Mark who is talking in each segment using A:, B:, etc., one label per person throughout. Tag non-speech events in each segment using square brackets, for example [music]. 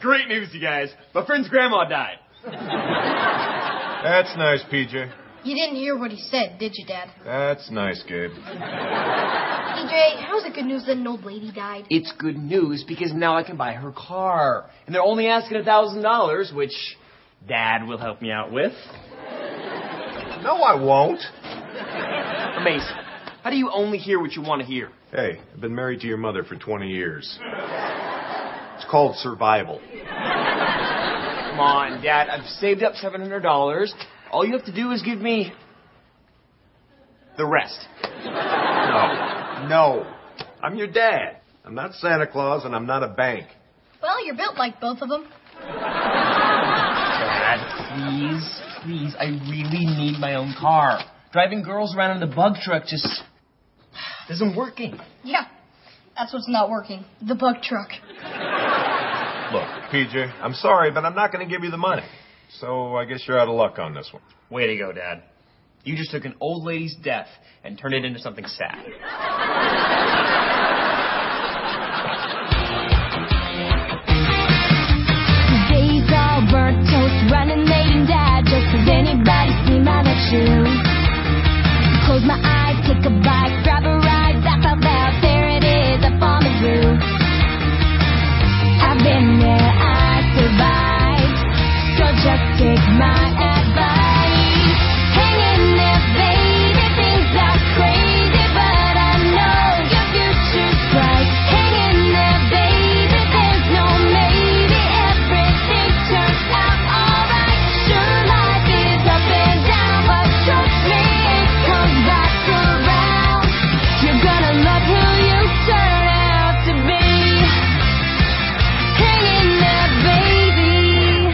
A: great news, you guys. My friend's grandma died.
B: That's nice, PJ.
C: You didn't hear what he said, did you, Dad?
B: That's nice, Gabe.
C: PJ, how's it good news that an old lady died?
A: It's good news because now I can buy her car. And they're only asking a $1,000, which Dad will help me out with.
B: No, I won't.
A: Amazing. How do you only hear what you want to hear?
B: Hey, I've been married to your mother for 20 years. It's called survival.
A: Come on, Dad. I've saved up $700. All you have to do is give me the rest.
B: No. No. I'm your dad. I'm not Santa Claus and I'm not a bank.
C: Well, you're built like both of them.
A: Dad, please, please. I really need my own car. Driving girls around in the bug truck just [sighs] isn't working.
C: Yeah, that's what's not working. The bug truck.
B: Look, PJ, I'm sorry, but I'm not going to give you the money. So I guess you're out of luck on this one.
A: Way to go, Dad. You just took an old lady's death and turned it into something sad.
D: Days all burnt toast, running late and dad. Just does anybody see my left shoe? Close my eyes, take a bite, grab a ride, laugh out loud. There it is, up on the roof. I've been there, I survived. So just take my advice. Hang in there, baby. Things are crazy, but I know your future's bright. Hang in there, baby. There's no maybe. Everything turns out alright. Sure, life is up and down, but trust me, it comes back around. You're gonna love who you turn out to be. Hang in there, baby.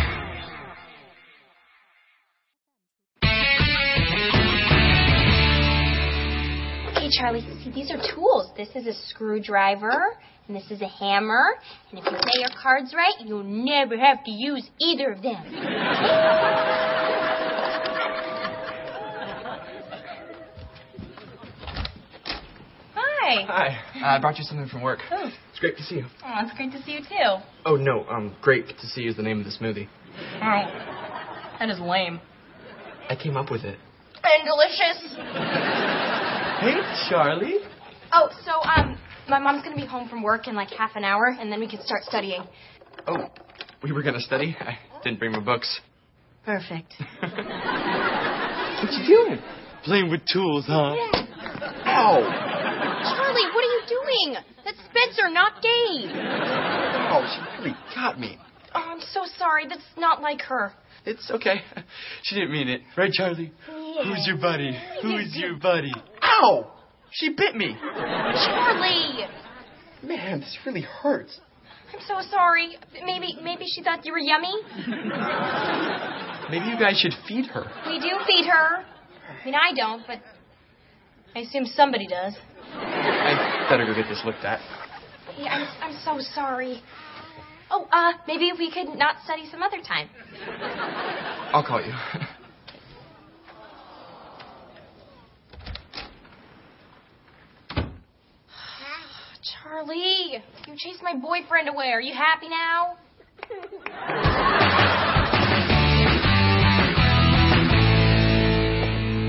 E: Hey, Charlie, see, these are tools. This is a screwdriver, and this is a hammer. And if you play your cards right, you'll never have to use either of them. Hi.
F: Hi. Uh, I brought you something from work.
E: Oh.
F: It's great to see you.
E: Oh, it's great to see you, too.
F: Oh, no, um, great to see you is the name of the smoothie.
E: Oh, that is lame.
F: I came up with it.
E: And delicious.
A: Hey, Charlie.
E: Oh, so, um, my mom's gonna be home from work in like half an hour, and then we can start studying.
F: Oh, we were gonna study? I didn't bring my books.
E: Perfect.
A: What you doing?
F: Playing with tools, huh?
B: Ow!
E: Charlie, what are you doing? That's Spencer, not Gabe.
F: Oh, she really got me.
E: Oh, I'm so sorry. That's not like her.
F: It's okay. [laughs] She didn't mean it. Right, Charlie? Who's your buddy? Who's your buddy? Ow! She bit me.
E: Charlie!
F: Man, this really hurts.
E: I'm so sorry. Maybe maybe she thought you were yummy.
F: Maybe you guys should feed her.
E: We do feed her. I mean, I don't, but I assume somebody does.
F: I better go get this looked at.
E: Hey, I'm, I'm so sorry. Oh, uh, maybe we could not study some other time.
F: I'll call you.
E: [sighs] Charlie, you chased my boyfriend away. Are you happy now?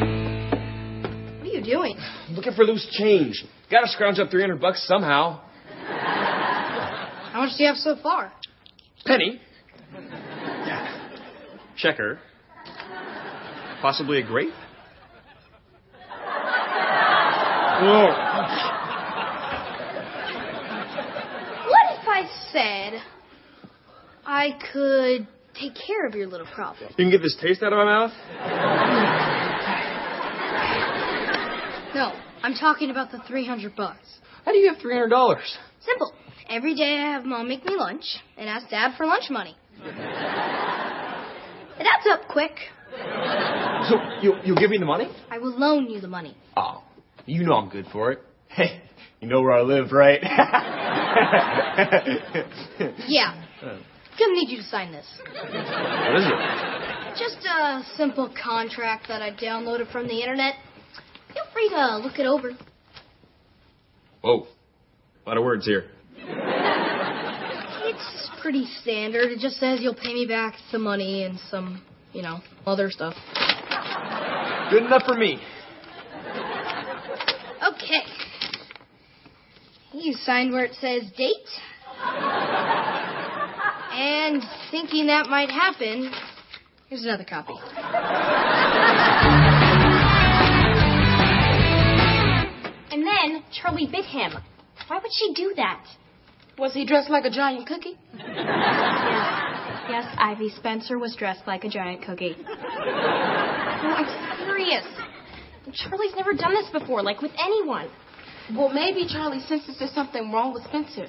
C: What are you doing?
A: Looking for loose change. Gotta scrounge up 300 bucks somehow.
C: How much do you have so far?
A: Penny. Checker. Possibly a grape? Whoa.
C: What if I said I could take care of your little problem?
A: You can get this taste out of my mouth?
C: No, I'm talking about the 300 bucks.
A: How do you have $300?
C: Simple. Every day I have mom make me lunch and ask dad for lunch money. It adds up quick.
A: So, you, you'll give me the money?
C: I will loan you the money.
A: Oh, you know I'm good for it. Hey, you know where I live, right? [laughs]
C: Yeah. Gonna need you to sign this.
A: what is it?
C: Just a simple contract that I downloaded from the internet. Feel free to look it over.
A: Whoa. A lot of words here.
C: It's It's pretty standard. It just says you'll pay me back the money and some, you know, other stuff.
A: Good enough for me.
C: Okay. You signed where it says date. And thinking that might happen, here's another copy.
E: And then Charlie bit him. Why would she do that?
G: Was he dressed like a giant cookie?
E: Yes, Ivy Spencer was dressed like a giant [laughs] cookie. no, I'm serious. Charlie's never done this before, like with anyone.
G: Well, maybe Charlie senses there's something wrong with Spencer.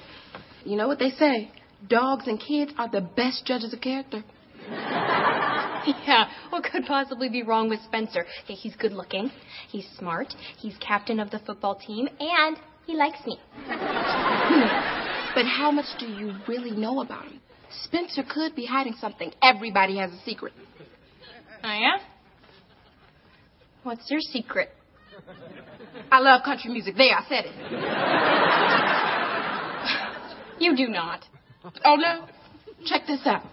G: You know what they say? Dogs and kids are the best judges of character.
E: [laughs] Yeah, what could possibly be wrong with Spencer? Yeah, he's good looking, he's smart, he's captain of the football team, and he likes me.
G: [laughs] But how much do you really know about him? Spencer could be hiding something. Everybody has a secret.
E: Oh, yeah? What's your secret?
G: I love country music. There, I said it.
E: You do not.
G: Oh, no? Check this out.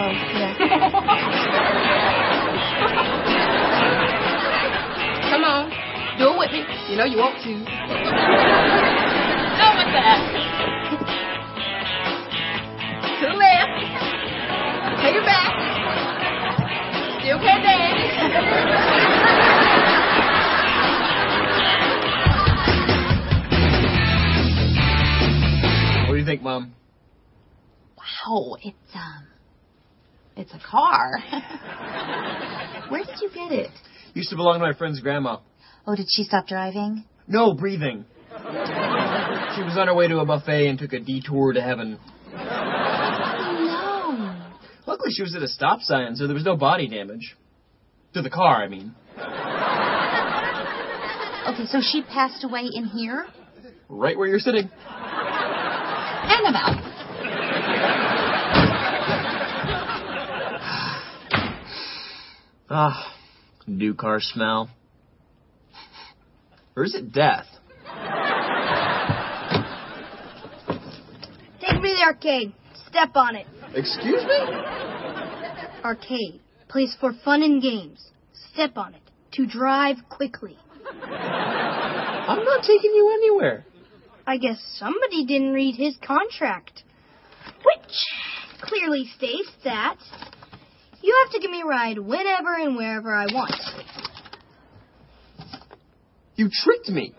G: Oh, yeah. Come on. Do it with me. You know you want to.
E: Oh, what's that?
G: To the left. Take it back. Still can't dance.
A: What do you think, Mom?
H: Wow, it's um, it's a car. [laughs] Where did you get it?
A: Used to belong to my friend's grandma.
H: Oh, did she stop driving?
A: No, breathing. she was on her way to a buffet and took a detour to heaven.
H: No.
A: Luckily, she was at a stop sign, so there was no body damage. To the car, I mean.
H: Okay, so she passed away in here.
A: Right where you're sitting.
H: Annabelle.
A: Ah, new car smell. Or is it death?
C: Take me to the arcade. Step on it.
A: Excuse me?
C: Arcade. Place for fun and games. Step on it. To drive quickly.
A: I'm not taking you anywhere.
C: I guess somebody didn't read his contract. Which clearly states that you have to give me a ride whenever and wherever I want.
A: You tricked me.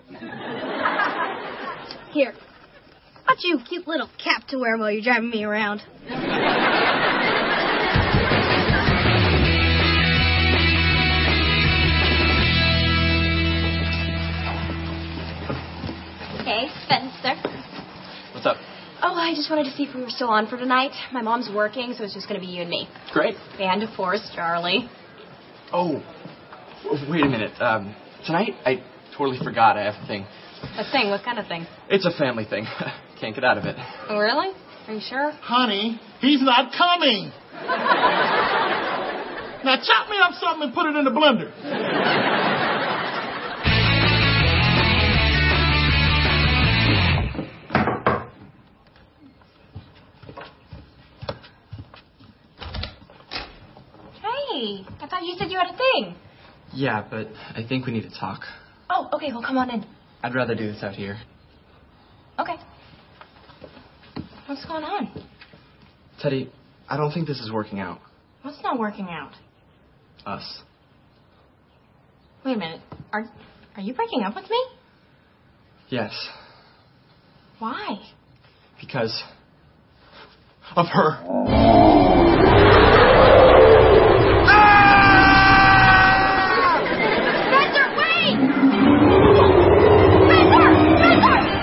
C: Here. Why don't you cute little cap to wear while you're driving me around?
E: Okay, Spencer.
A: What's up?
E: Oh, I just wanted to see if we were still on for tonight. My mom's working, so it's just gonna be you and me.
F: Great.
E: And of course, Charlie.
F: Oh, w- wait a minute. Um, tonight I totally forgot I have a thing.
E: A thing, what kind of thing? Oh,
F: It's a family thing. [laughs] Can't get out of it.
E: Really? Are you sure?
I: Honey, he's not coming. now chop me up something and put it in the blender.
E: Hey, I thought you said you had a thing.
F: Yeah, but I think we need to talk.
E: Oh, okay, well, come on in.
F: I'd rather do this out here.
E: Okay. What's going on?
F: Teddy, I don't think this is working out.
E: What's not working out?
F: Us.
E: Wait a minute. Are are you breaking up with me?
F: Yes,
E: Why?
F: because of her.
C: Spencer, wait! Spencer! Spencer!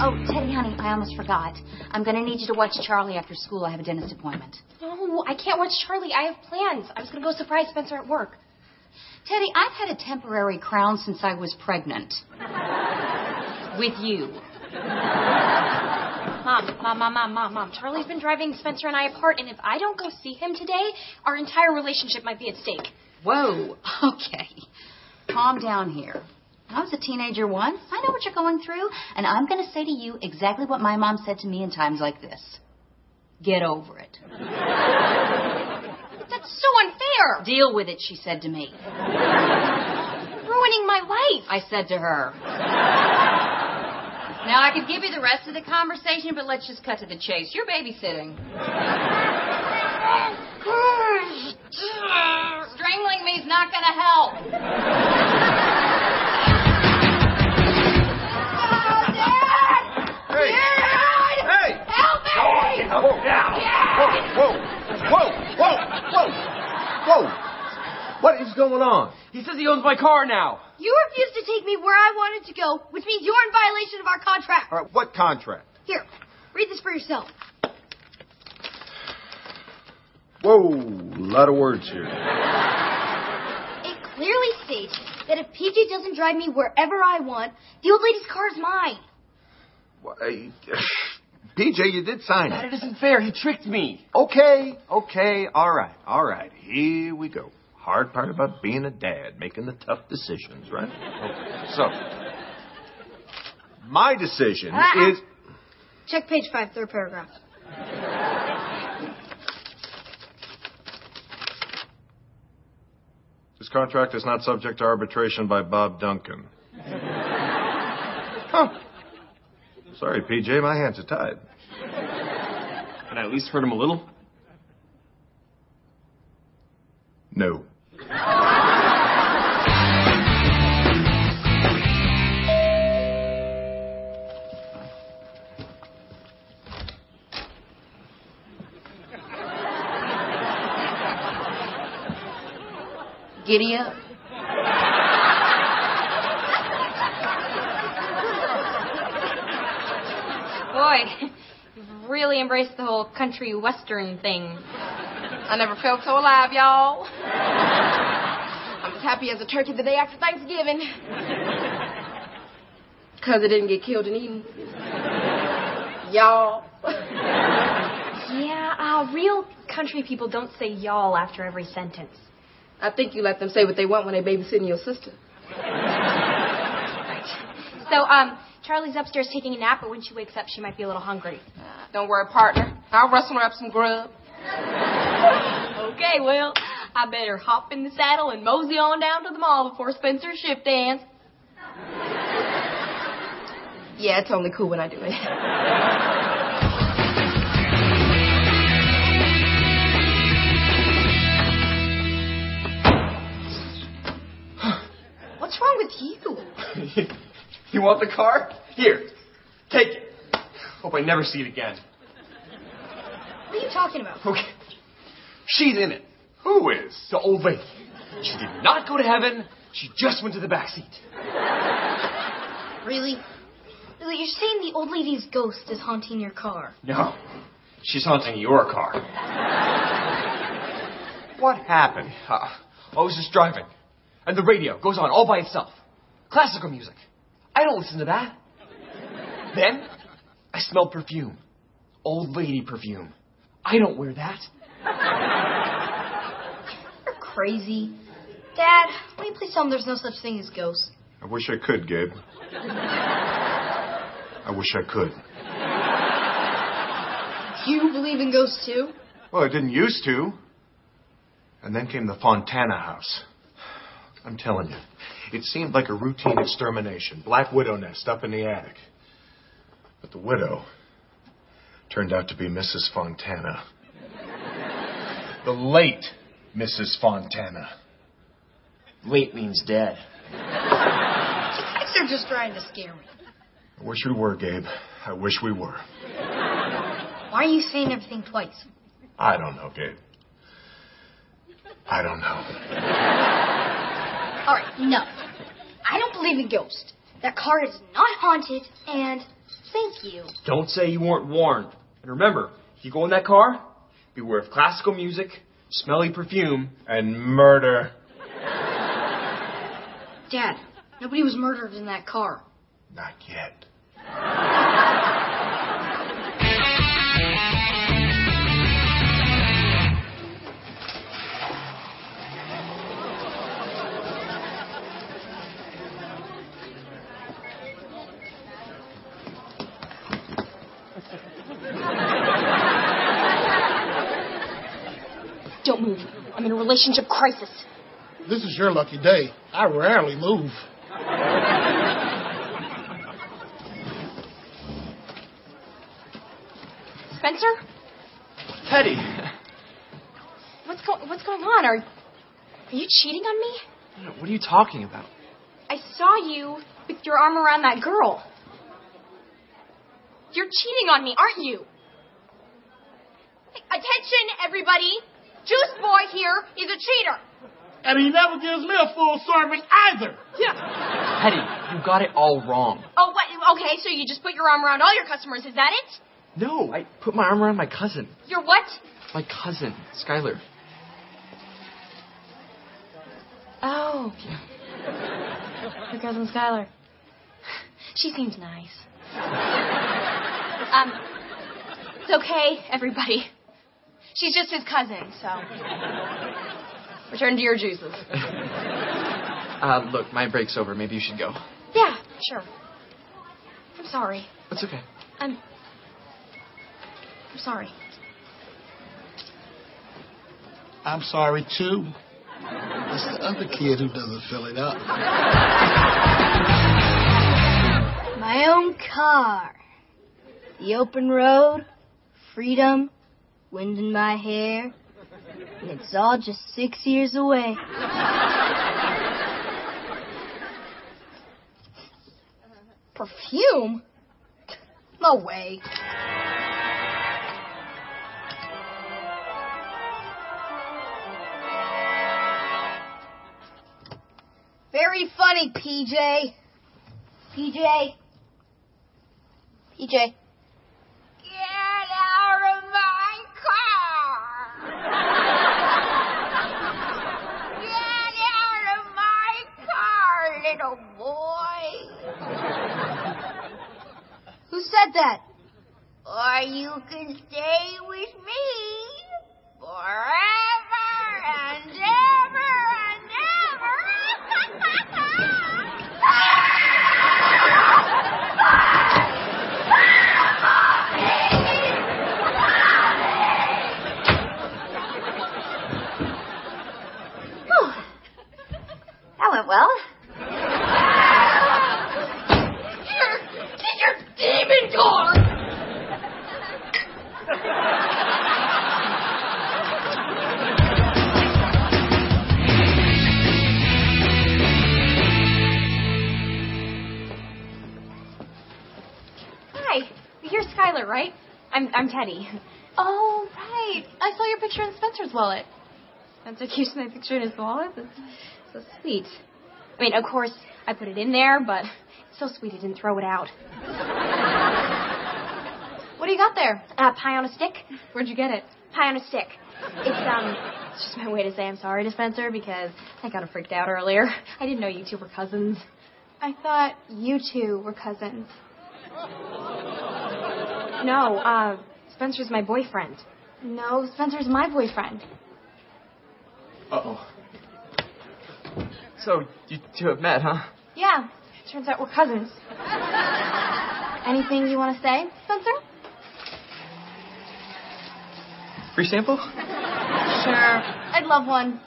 H: Oh, Teddy, honey, I almost forgot. I'm gonna need you to watch Charlie after school. I have a dentist appointment.
E: No, I can't watch Charlie. I have plans. I was gonna go surprise Spencer at work.
H: Teddy, I've had a temporary crown since I was pregnant. With you.
E: Mom, mom, mom, mom, mom, mom. Charlie's been driving Spencer and I apart, and if I don't go see him today, our entire relationship might be at stake.
H: Whoa, [laughs] okay. Calm down here. I was a teenager once. I know what you're going through, and I'm going to say to you exactly what my mom said to me in times like this Get over it.
E: That's so unfair.
H: Deal with it, she said to me.
E: Ruining my life.
H: I said to her. Now, I could give you the rest of the conversation, but let's just cut to the chase. You're babysitting. Strangling me's not going to help.
B: Hey!
C: Oh,
B: Hey! Help me! Whoa, now! Whoa, whoa, whoa, whoa, whoa, whoa! What is going on?
A: He says he owns my car now.
C: You refused to take me where I wanted to go, which means you're in violation of our contract.
B: All right, what contract?
C: Here, read this for yourself.
B: Whoa, lot of words here.
C: It clearly states that if PJ doesn't drive me wherever I want, the old lady's car is mine.
B: Why, PJ, uh, you did sign
A: That
B: it.
A: isn't fair. He tricked me.
B: Okay, okay, all right, all right. Here we go. Hard part about being a dad, making the tough decisions, right? Okay, so, my decision
C: Uh-uh.
B: is.
C: Check page five, third paragraph.
B: This contract is not subject to arbitration by Bob Duncan. Huh. Sorry, PJ, my hands are tied.
A: Can I at least hurt him a little?
B: No.
H: Giddy up.
E: Boy, you've really embraced the whole country western thing.
G: I never felt so alive, y'all. I'm as happy as a turkey the day after Thanksgiving. Because it didn't get killed and eaten. Y'all.
E: Yeah, uh, real country people don't say y'all after every sentence.
G: I think you let them say what they want when they babysitting your sister.
E: So, um, Charlie's upstairs taking a nap, but when she wakes up, she might be a little hungry.
G: Don't worry, partner. I'll rustle her up some grub.
E: Okay, well, I better hop in the saddle and mosey on down to the mall before Spencer's shift ends.
G: Yeah, it's only cool when I do it. What's wrong with you?
A: you want the car? Here, take it. Hope I never see it again.
C: What are you talking about?
A: Okay. She's in it.
B: Who is?
A: The old lady. She did not go to heaven. She just went to the back seat.
C: Really? Really, You're saying the old lady's ghost is haunting your car.
A: No. She's haunting your car.
B: What happened?
A: Uh, I was just driving. And the radio goes on all by itself. Classical music. I don't listen to that. Then, I smelled perfume. Old lady perfume. I don't wear that.
C: You're crazy. Dad, will you please tell him there's no such thing as ghosts?
B: I wish I could, Gabe. I wish I could.
C: You believe in ghosts too?
B: Well, I didn't used to. And then came the Fontana house. I'm telling you, it seemed like a routine extermination. Black widow nest up in the attic. But the widow turned out to be Mrs. Fontana. The late Mrs. Fontana.
A: Late means dead.
C: I think they're just trying to scare me.
B: I wish we were, Gabe. I wish we were.
C: Why are you saying everything twice?
B: I don't know, Gabe. I don't know.
C: All right, no. I don't believe in ghosts. That car is not haunted, and thank you.
A: Don't say you weren't warned. And remember, if you go in that car, beware of classical music, smelly perfume.
B: And murder.
C: Dad, nobody was murdered in that car.
B: Not yet.
E: Don't move. I'm in a relationship crisis.
I: This is your lucky day. I rarely move.
E: Spencer,
F: Teddy.
E: what's go- what's going on? Are are you cheating on me?
F: What are you talking about?
E: I saw you with your arm around that girl. You're cheating on me, aren't you? Hey, Attention, everybody! Juice Boy here is a cheater.
I: And he never gives me a full serving either.
E: Yeah.
A: Teddy, you got it all wrong.
E: Oh, what? Okay, so you just put your arm around all your customers. Is that it?
A: No, I put my arm around my cousin.
E: Your what?
A: My cousin, Skylar.
C: [laughs]
E: Oh. Your cousin Skylar. She seems nice. um, it's okay, everybody. She's just his cousin, so. Return to your juices.
A: Uh, look, my break's over. Maybe you should go.
E: Yeah, sure. I'm sorry.
A: It's okay.
E: I'm. I'm sorry.
I: I'm sorry, too. It's the other kid who doesn't fill it up.
C: My own car. The open road. Freedom. Wind in my hair. And it's all just six years away. Perfume? No way. Very funny, PJ. PJ. PJ. Get out of my car! Get out of my car, little boy! Who said that? Or you can stay with me forever and ever and ever! [laughs]
H: That went well.
E: Hi. You're Skylar, right? I'm, I'm Teddy. Oh, right. I saw your picture in Spencer's wallet. Spencer keeps my picture in his wallet? That's so sweet. I mean, of course, I put it in there, but it's so sweet he didn't throw it out. [laughs] what do you got there? Uh, pie on a stick. Where'd you get it? Pie on a stick. It's, um, it's just my way to say I'm sorry to Spencer because I kind of freaked out earlier. [laughs] I didn't know you two were cousins. I thought you two were cousins. No, uh, Spencer's my boyfriend. No, Spencer's my boyfriend.
A: Uh oh. So, you two have met, huh?
E: Yeah, turns out we're cousins. [laughs] Anything you want to say, Spencer?
A: Free sample?
E: Sure, I'd love one.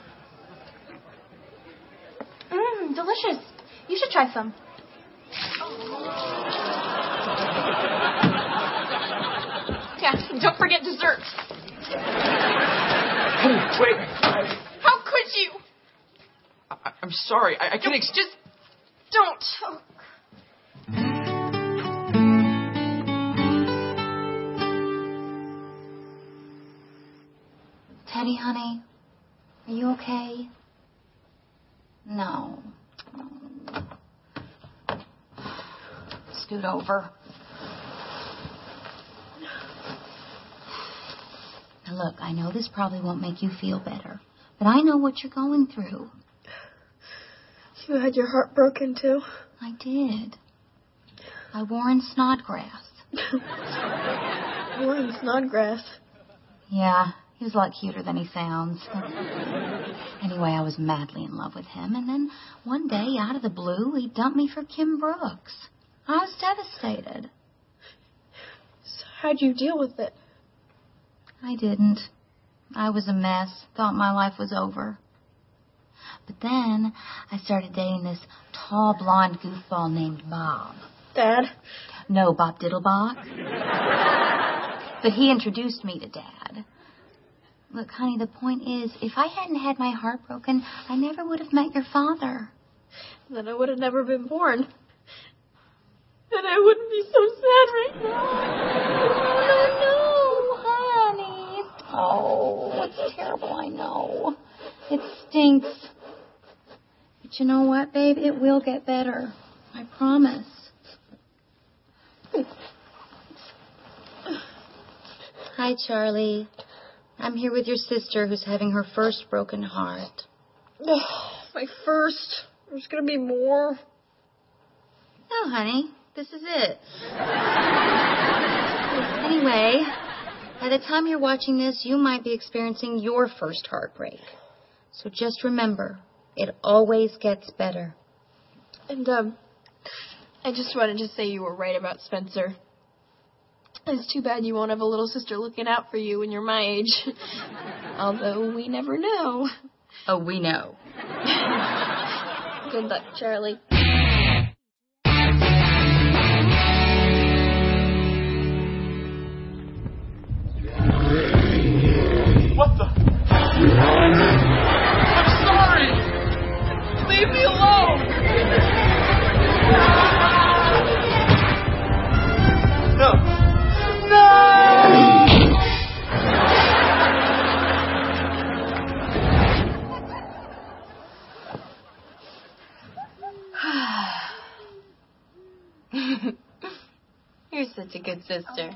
E: Mmm, delicious. You should try some. Yeah, don't forget dessert.
A: Wait. I,
E: How could you?
A: I, I'm sorry. I, I can't ex-
E: Just don't. Oh,
H: Teddy, honey, are you okay? No. Scoot over. Now, look, I know this probably won't make you feel better, but I know what you're going through.
J: You had your heart broken too.
C: I did. By Warren Snodgrass.
J: Warren Snodgrass.
C: Yeah, he was a lot cuter than he sounds. [laughs] anyway, I was madly in love with him, and then one day, out of the blue, he dumped me for Kim Brooks. I was devastated.
J: So how'd you deal with it?
C: I didn't. I was a mess, thought my life was over. But then I started dating this tall blonde goofball named Bob.
J: Dad?
C: No, Bob Diddlebach. but he introduced me to Dad. Look, honey, the point is, if I hadn't had my heart broken, I never would have met your father.
J: Then I would have never been born. And I wouldn't be so sad right now.
C: Oh, honey. Oh, it's terrible, I know. It stinks. But you know what, babe? It will get better. I promise. Hi, Charlie. I'm here with your sister who's having her first broken heart.
J: No, no. my first. There's gonna be more.
C: No, honey. This is it. anyway, by the time you're watching this, you might be experiencing your first heartbreak. So just remember, it always gets better.
J: And, um, I just wanted to say you were right about Spencer. It's too bad you won't have a little sister looking out for you when you're my age. [laughs] Although we never know.
C: Oh, we know.
J: [laughs] Good luck, Charlie.
K: What the? I'm sorry. Leave me alone.
L: No.
M: You're such a good sister.